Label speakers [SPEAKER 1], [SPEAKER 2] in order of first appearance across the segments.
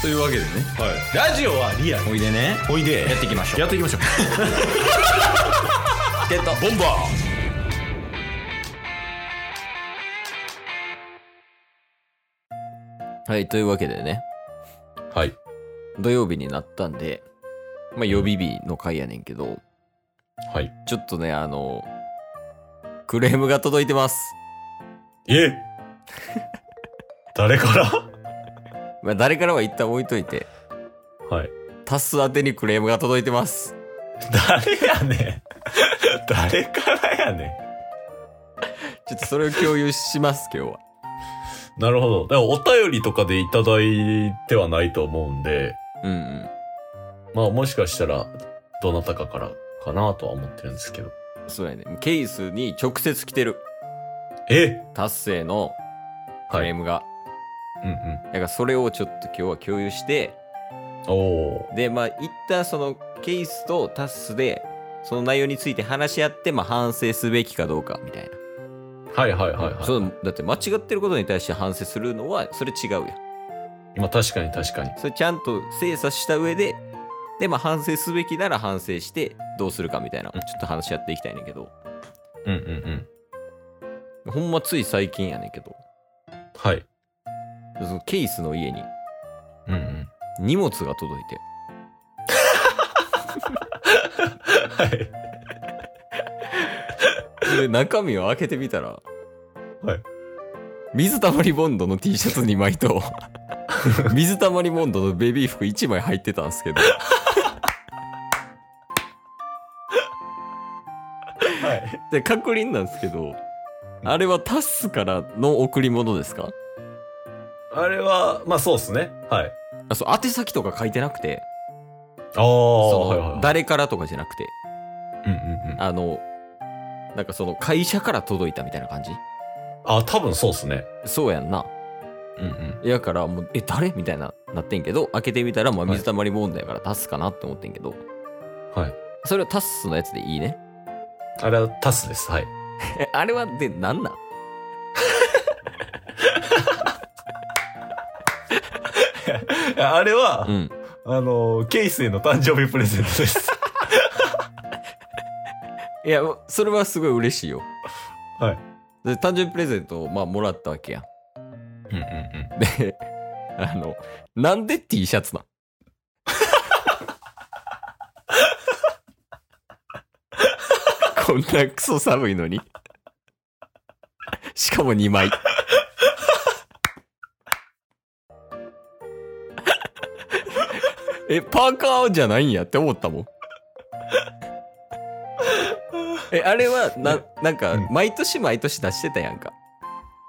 [SPEAKER 1] というわけでね
[SPEAKER 2] はい、ラジオはリアル
[SPEAKER 1] おいでね
[SPEAKER 2] おいで
[SPEAKER 1] やっていきましょう
[SPEAKER 2] やっていきましょ う
[SPEAKER 1] ってた
[SPEAKER 2] ボンバ
[SPEAKER 1] はいというわけでね
[SPEAKER 2] ーはい
[SPEAKER 1] 土曜日になったんでまあ予備日の回やねんけど
[SPEAKER 2] はい
[SPEAKER 1] ちょっとねあのクレームが届いてます
[SPEAKER 2] え誰から
[SPEAKER 1] まあ誰からは一旦置いといて
[SPEAKER 2] はい
[SPEAKER 1] タス宛てにクレームが届いてます
[SPEAKER 2] 誰やねん誰からやねん
[SPEAKER 1] ちょっとそれを共有します今日は
[SPEAKER 2] なるほど。でもお便りとかでいただいてはないと思うんで、
[SPEAKER 1] うんうん
[SPEAKER 2] まあもしかしたらどなたかからかなとは思ってるんですけど。
[SPEAKER 1] そうやねケースに直接来てる
[SPEAKER 2] え
[SPEAKER 1] 達成のク
[SPEAKER 2] はい。
[SPEAKER 1] レー
[SPEAKER 2] うん
[SPEAKER 1] ムが、
[SPEAKER 2] うん。
[SPEAKER 1] だからそれをちょっと今日は共有して
[SPEAKER 2] おー。
[SPEAKER 1] でまあ一旦そのケースとタスでその内容について話し合って、まあ、反省すべきかどうかみたいな
[SPEAKER 2] はいはいはいは
[SPEAKER 1] そうだって間違ってることに対して反省するのはそれ違うやん
[SPEAKER 2] い。まあ確かに確かに。
[SPEAKER 1] それちゃんと精査した上でで、まあ、反省すべきなら反省してどうするかみたいなちょ
[SPEAKER 2] うん
[SPEAKER 1] っと話し合っていきたいねんけど
[SPEAKER 2] うんうんうん。
[SPEAKER 1] ほんまつい最近やねんけど
[SPEAKER 2] はい。
[SPEAKER 1] そのケースの家に
[SPEAKER 2] うんうん。
[SPEAKER 1] 荷物が届いて
[SPEAKER 2] はい。
[SPEAKER 1] で中身を開けてみたら、
[SPEAKER 2] はい、
[SPEAKER 1] 水たまりボンドの T シャツ2枚 と水たまりボンドのベビー服1枚入ってたんですけど
[SPEAKER 2] はい。
[SPEAKER 1] で確認なんですけどあれはタッスからの贈り物ですか
[SPEAKER 2] あれは、まあそうっすね。はい。
[SPEAKER 1] あそう宛先とか書いてなくて
[SPEAKER 2] ああ、
[SPEAKER 1] そ
[SPEAKER 2] はい
[SPEAKER 1] の
[SPEAKER 2] はい。
[SPEAKER 1] 誰からとかじゃなくて
[SPEAKER 2] うんうんうん。
[SPEAKER 1] あのなんかその会社から届いたみたいな感じ
[SPEAKER 2] あ、多分そうっすね。
[SPEAKER 1] そうやんな
[SPEAKER 2] うんうん。
[SPEAKER 1] やからもうえ誰みたいななってんけど開けてみたらまあ
[SPEAKER 2] はい
[SPEAKER 1] 水たまりボンドやからタスかなって思ってんけど、
[SPEAKER 2] はい。
[SPEAKER 1] それはタスのやつでいいね
[SPEAKER 2] あれはタスです。はい。
[SPEAKER 1] えあれはでなんなん
[SPEAKER 2] あれは
[SPEAKER 1] うん
[SPEAKER 2] あの、ケイスへの誕生日プレゼントです。
[SPEAKER 1] いやそれはすごい嬉しいよ
[SPEAKER 2] はい
[SPEAKER 1] で誕生日プレゼントをまあもらったわけやん
[SPEAKER 2] うんうんうん。
[SPEAKER 1] であのなんで T シャツなん こんなクソ寒いのにしかも2枚 えパーカーじゃないんやって思ったもんえあれはななんか
[SPEAKER 2] うん
[SPEAKER 1] 毎年毎年出してたやんか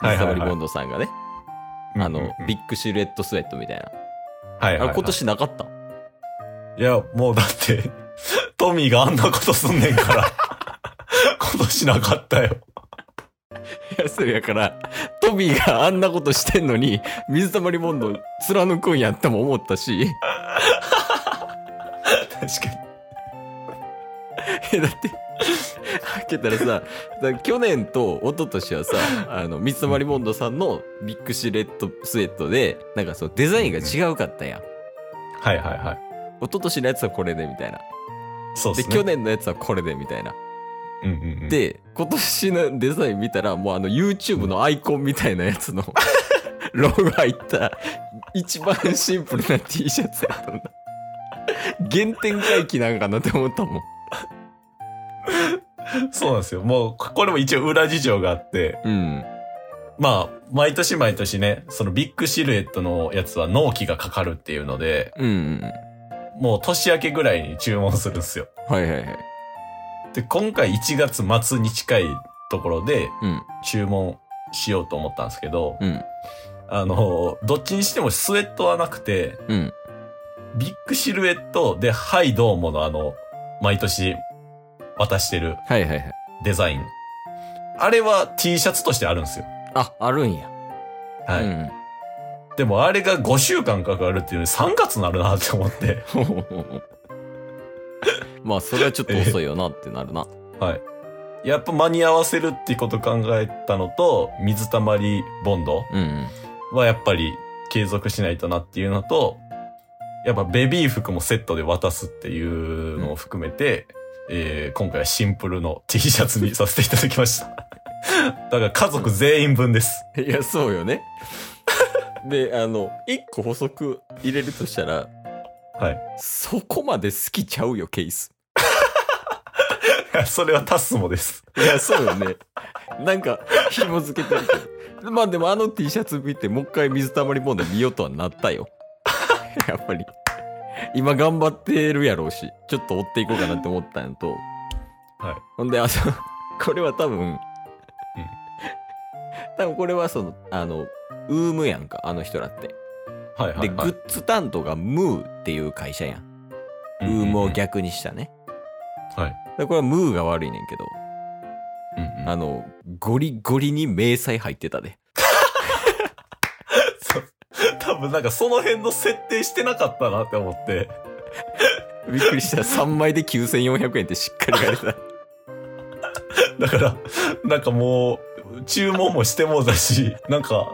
[SPEAKER 2] はいはいはい
[SPEAKER 1] 水溜りボンドさんがねあの、ビッグシルエットスウェットみたいな。
[SPEAKER 2] はい
[SPEAKER 1] あれ今年なかった。
[SPEAKER 2] いや、もうだって、 トミーがあんなことすんねんから、 今年なかったよ。
[SPEAKER 1] いや、それやから、トミーがあんなことしてんのに、水溜りボンド貫くんやっても思ったし、
[SPEAKER 2] 確か
[SPEAKER 1] えだって、開けたらさ、だから去年と一昨年はさ、あの、水溜りボンドさんのビッグシルエットスウェットで、なんかそのデザインが違うかったやん。
[SPEAKER 2] に。はいはいはい。
[SPEAKER 1] 一昨年のやつはこれでみたいな。
[SPEAKER 2] そうで
[SPEAKER 1] で、
[SPEAKER 2] すね。
[SPEAKER 1] 去年のやつはこれでみたいな。
[SPEAKER 2] うんうんうん、
[SPEAKER 1] で今年のデザイン見たらもうあの YouTube のアイコンみたいなや つのロゴ入った一番シンプルな T シャツやったんだ原点回帰なんかなって思ったもん
[SPEAKER 2] そうなんですよ。もう、これも一応裏事情があって、
[SPEAKER 1] うん
[SPEAKER 2] まあ、毎年毎年ね、そのビッグシルエットのやつは納期がかかるっていうので、
[SPEAKER 1] うんうん
[SPEAKER 2] もう年明けぐらいに注文するんですよ。
[SPEAKER 1] はいはいはい
[SPEAKER 2] で、今回1月末に近いところで、
[SPEAKER 1] うん
[SPEAKER 2] 注文しようと思ったんですけど、
[SPEAKER 1] うん
[SPEAKER 2] あの、どっちにしてもスウェットはなくて、
[SPEAKER 1] うん
[SPEAKER 2] ビッグシルエットで、はいどうものあの、毎年渡してる
[SPEAKER 1] はいはいはい
[SPEAKER 2] デザイン。あれは T シャツとしてあるんですよ。
[SPEAKER 1] ああるんや、
[SPEAKER 2] はい。
[SPEAKER 1] うんうん
[SPEAKER 2] でもあれが5週間かかるっていうのに3月になるなって思って。
[SPEAKER 1] ほほほほ まあそれはちょっと遅いよなってなるな
[SPEAKER 2] はい。やっぱ間に合わせるってことを考えたのと、水たまりボンド
[SPEAKER 1] うんうん
[SPEAKER 2] はやっぱり継続しないとなっていうのと、やっぱベビー服もセットで渡すっていうのを含めて、えー今回はシンプルの T シャツにさせていただきました。 だから家族全員分です。
[SPEAKER 1] いや、そうよね。 で、あの、一個補足入れるとしたら、
[SPEAKER 2] はい。
[SPEAKER 1] そこまで好きちゃうよ、ケース。
[SPEAKER 2] それはタスモです。
[SPEAKER 1] いや、そうよね。 なんか、紐付けてるけど。まあでも、あの T シャツ見て、もう一回水たまりボンド見ようとはなったよ。 やっぱり。今頑張ってるやろうし、ちょっと追っていこうかなって思ったんやと。
[SPEAKER 2] はい。
[SPEAKER 1] ほんで、あの、これは多分、多分これはその、あの、ウームやんか、あの人らって。
[SPEAKER 2] はいは
[SPEAKER 1] で、
[SPEAKER 2] い、はい。
[SPEAKER 1] グッズ担当がムーっていう会社やん。ウ
[SPEAKER 2] うんうん
[SPEAKER 1] ー
[SPEAKER 2] うん
[SPEAKER 1] ムを逆にしたね。
[SPEAKER 2] はい。
[SPEAKER 1] でこれはムーが悪いねんけど、
[SPEAKER 2] うんうん
[SPEAKER 1] あの、ゴリゴリに迷彩入ってたで。
[SPEAKER 2] そう 多分なんかその辺の設定してなかったなって思って。
[SPEAKER 1] びっくりした。3枚 で9400円ってしっかり書いてた。
[SPEAKER 2] だから、なんかもう、注文もしてもうだし、なんか、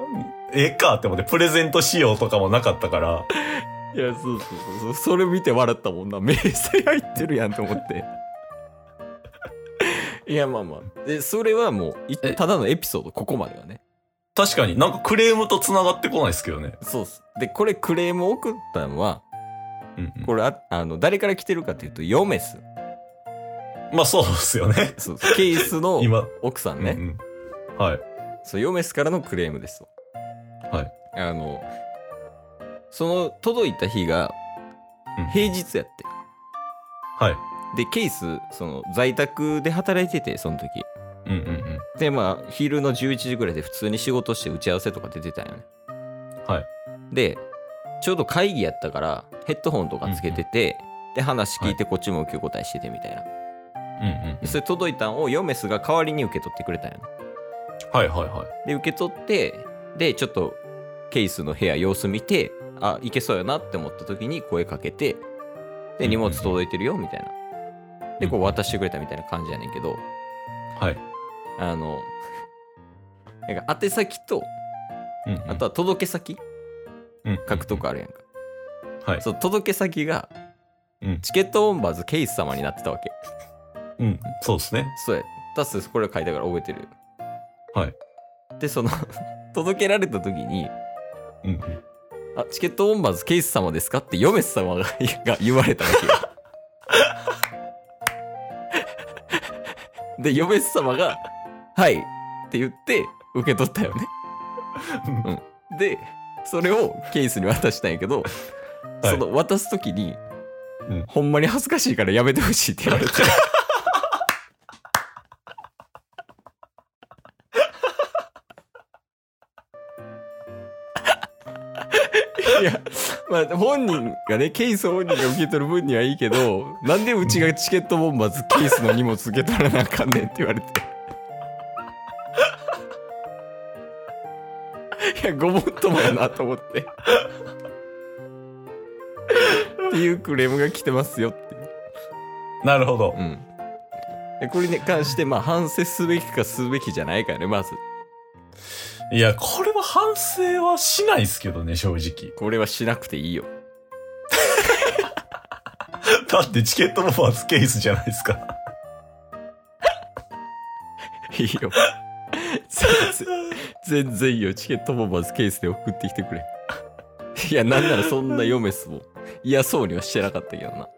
[SPEAKER 2] ええかって思って、プレゼントしようとかもなかったから、
[SPEAKER 1] いや、そうそうそうそう。それ見て笑ったもんな。迷彩入ってるやんと思 って。いや、まあまあ。で、それはもうい、
[SPEAKER 2] え
[SPEAKER 1] ただのエピソード、ここまではね。
[SPEAKER 2] 確かになんかクレームと繋がってこないですけどね。
[SPEAKER 1] そうっす。で、これクレーム送ったのは、
[SPEAKER 2] うんうん
[SPEAKER 1] これあ、あの、誰から来てるかというと、ヨメス。
[SPEAKER 2] まあそうですよね。
[SPEAKER 1] そうそうケースの
[SPEAKER 2] 今。
[SPEAKER 1] 奥さん
[SPEAKER 2] う
[SPEAKER 1] ね。
[SPEAKER 2] んうんはい。
[SPEAKER 1] そう、ヨメスからのクレームですと。
[SPEAKER 2] はい。
[SPEAKER 1] あの、その届いた日が
[SPEAKER 2] うん、
[SPEAKER 1] 平日やって。
[SPEAKER 2] はい。
[SPEAKER 1] でケースその在宅で働いててその時
[SPEAKER 2] うんうん
[SPEAKER 1] でまあ昼の11時ぐらいで普通に仕事して打ち合わせとか出てたんよね
[SPEAKER 2] うん。はい。
[SPEAKER 1] でちょうど会議やったからヘッドホンとかつけてて、で話聞いてこっちも受け答えしててみたいな、
[SPEAKER 2] うんうん
[SPEAKER 1] で。それ届いたんをヨメスが代わりに受け取ってくれたんよね
[SPEAKER 2] はいはいはい。
[SPEAKER 1] で受け取ってでちょっとケースの部屋様子見てあいけそうやなって思った時に声かけてで荷物届いてるよみたいなでこう渡してくれたみたいな感じやねんけど、
[SPEAKER 2] はい。
[SPEAKER 1] あの、 なんか宛先と、
[SPEAKER 2] うんうん
[SPEAKER 1] あとは届け先、
[SPEAKER 2] うんうん
[SPEAKER 1] 書くとこあるやんか。
[SPEAKER 2] はい。
[SPEAKER 1] そう、届け先が、
[SPEAKER 2] うん
[SPEAKER 1] チケットオンバーズケイス様になってたわけ。
[SPEAKER 2] うん。そうですね。
[SPEAKER 1] そうや。タス、これ書いたから覚えてるよ。
[SPEAKER 2] はい。
[SPEAKER 1] で、その、 届けられた時に、
[SPEAKER 2] うんうん。
[SPEAKER 1] あ、チケットオンバーズケイス様ですかって、ヨメス様がが言われたわけよ。で、ヨメス様が、はいって言って、受け取ったよね。でそれをケースに渡したんやけど、
[SPEAKER 2] はい
[SPEAKER 1] その渡す時に、
[SPEAKER 2] うん
[SPEAKER 1] ほんまに恥ずかしいからやめてほしいって言われていやまあ本人がねケース本人が受け取る分にはいいけどなんでうちがチケットボンバーズケースの荷物受け取らなあかんねんって言われていや、ごもっともやなと思って。っていうクレームが来てますよっていう。
[SPEAKER 2] なるほど。
[SPEAKER 1] うん。でこれに関して、まあ、反省すべきかすべきじゃないかね、まず。
[SPEAKER 2] いや、これは反省はしないですけどね、正直。
[SPEAKER 1] これはしなくていいよ。
[SPEAKER 2] だってチケットもバスケースじゃないで すか。
[SPEAKER 1] いいよ。全然、全然いいよ。チケットもまずケースで送ってきてくれ。 いや、なんならそんなヨメスも嫌そうにはしてなかったけどな。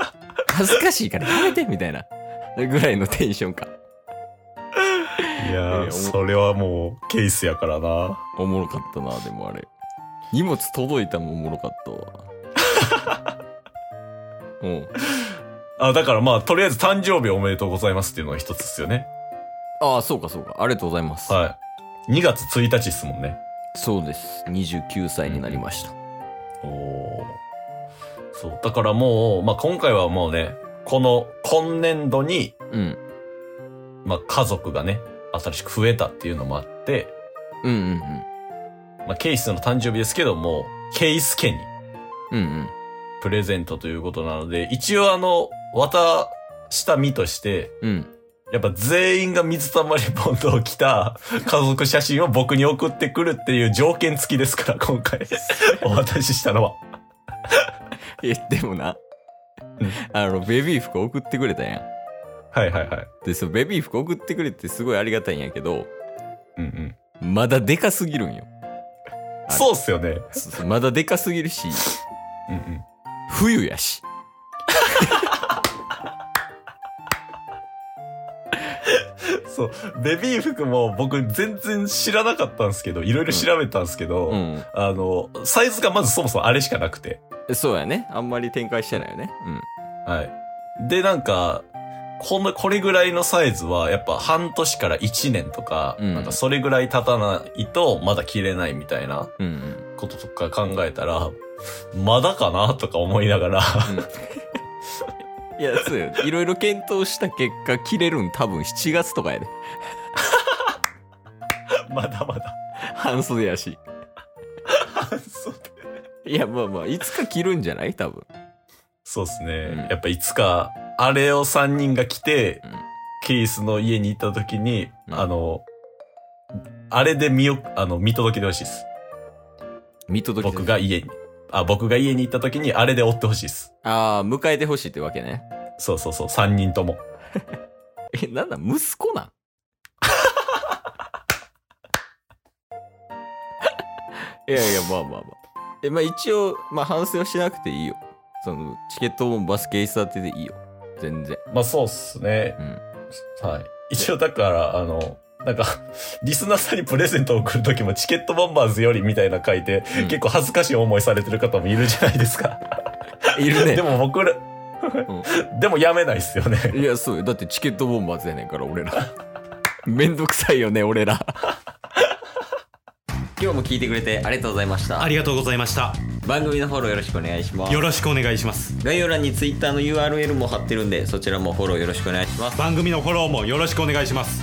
[SPEAKER 1] 恥ずかしいからやめてみたいな。ぐらいのテンションか。え
[SPEAKER 2] いや
[SPEAKER 1] え
[SPEAKER 2] ー、それはもうケースやからな。
[SPEAKER 1] おもろかったなでもあれ荷物届いたもおもろかったわ うん
[SPEAKER 2] あ、だからまあ、とりあえず誕生日おめでとうございますっていうのが一つですよね。
[SPEAKER 1] ああそうかそうかありがとうございます、
[SPEAKER 2] はい。2月1日ですもんね。
[SPEAKER 1] そうです29歳になりました、
[SPEAKER 2] おーそう。だからもう、まあ今回はもうね、この今年度に、
[SPEAKER 1] うん、
[SPEAKER 2] まあ家族がね、新しく増えたっていうのもあって、
[SPEAKER 1] うんうん
[SPEAKER 2] まあケイスの誕生日ですけども、ケイス家に
[SPEAKER 1] うんうん
[SPEAKER 2] プレゼントということなので、一応あの、渡した身として、
[SPEAKER 1] うんうん
[SPEAKER 2] やっぱ全員が水溜りボンドを着た家族写真を僕に送ってくるっていう条件付きですから、今回お渡ししたのは。
[SPEAKER 1] え、でもな
[SPEAKER 2] うん、
[SPEAKER 1] あの、ベビー服送ってくれたやん。
[SPEAKER 2] はいはいはい。
[SPEAKER 1] で、そのベビー服送ってくれてすごいありがたいんやけど、
[SPEAKER 2] うんうん。
[SPEAKER 1] まだでかすぎるんよ。あれ
[SPEAKER 2] そうっすよね。
[SPEAKER 1] そそまだでかすぎるし、
[SPEAKER 2] うんうん。
[SPEAKER 1] 冬やし。
[SPEAKER 2] そう、ベビー服も僕全然知らなかったんですけど、いろいろ調べたんですけど、
[SPEAKER 1] うん。
[SPEAKER 2] あの、サイズがまずそもそもあれしかなくて。
[SPEAKER 1] そうやね。あんまり展開してないよね。
[SPEAKER 2] はい。で、なんか、こんな、これぐらいのサイズは、やっぱ半年から1年とか、
[SPEAKER 1] うん
[SPEAKER 2] なんかそれぐらい経たないと、まだ着れないみたいな
[SPEAKER 1] うん。うん、うん。
[SPEAKER 2] こととか考えたら、まだかなとか思いながら、
[SPEAKER 1] いや、そうよ。いろいろ検討した結果、切れるん多分7月とかやで。
[SPEAKER 2] まだまだ、
[SPEAKER 1] 半袖やし。
[SPEAKER 2] 半袖。
[SPEAKER 1] いや、まあまあ、いつか切るんじゃない多分。
[SPEAKER 2] そうですね。
[SPEAKER 1] うん
[SPEAKER 2] やっぱいつか、あれを3人が来て、
[SPEAKER 1] うん
[SPEAKER 2] ケースの家に行った時に、
[SPEAKER 1] うん
[SPEAKER 2] あの、あれで見よ、あの、見届けてほしいです。
[SPEAKER 1] 見届けて
[SPEAKER 2] 僕。が家に。あ、僕が家に行った時に、あれで追ってほしいです。
[SPEAKER 1] ああ、迎えてほしいってわけね。
[SPEAKER 2] そうそうそう、3人とも。
[SPEAKER 1] え、なんだ、息子なん いやいや、まあまあまあ。え、まあ一応、まあ反省はしなくていいよ。その、チケットもバスケイス当てでいいよ。全然。
[SPEAKER 2] まあそうっすね。はい。一応だから、あの、なんか、リスナーさんにプレゼントを送るときもチケットボンバーズよりみたいな書いて、
[SPEAKER 1] うん
[SPEAKER 2] 結構恥ずかしい思いされてる方もいるじゃないですか。
[SPEAKER 1] いるね。
[SPEAKER 2] でも僕ら、でもやめないっすよね。
[SPEAKER 1] いや、そうよ。だってチケットボンバーズやねんから、 俺ら。めんどくさいよね、俺ら。 今日も聞いてくれてありがとうございました。
[SPEAKER 3] ありがとうございました。
[SPEAKER 1] 番組のフォローよろしくお願いします
[SPEAKER 3] よ。ろしくお願いします。
[SPEAKER 1] 概要欄に Twitter の URL も貼ってるんで、そちらもフォローよろしくお願いします。
[SPEAKER 3] 番組のフォローもよろしくお願いします。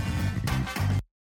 [SPEAKER 3] す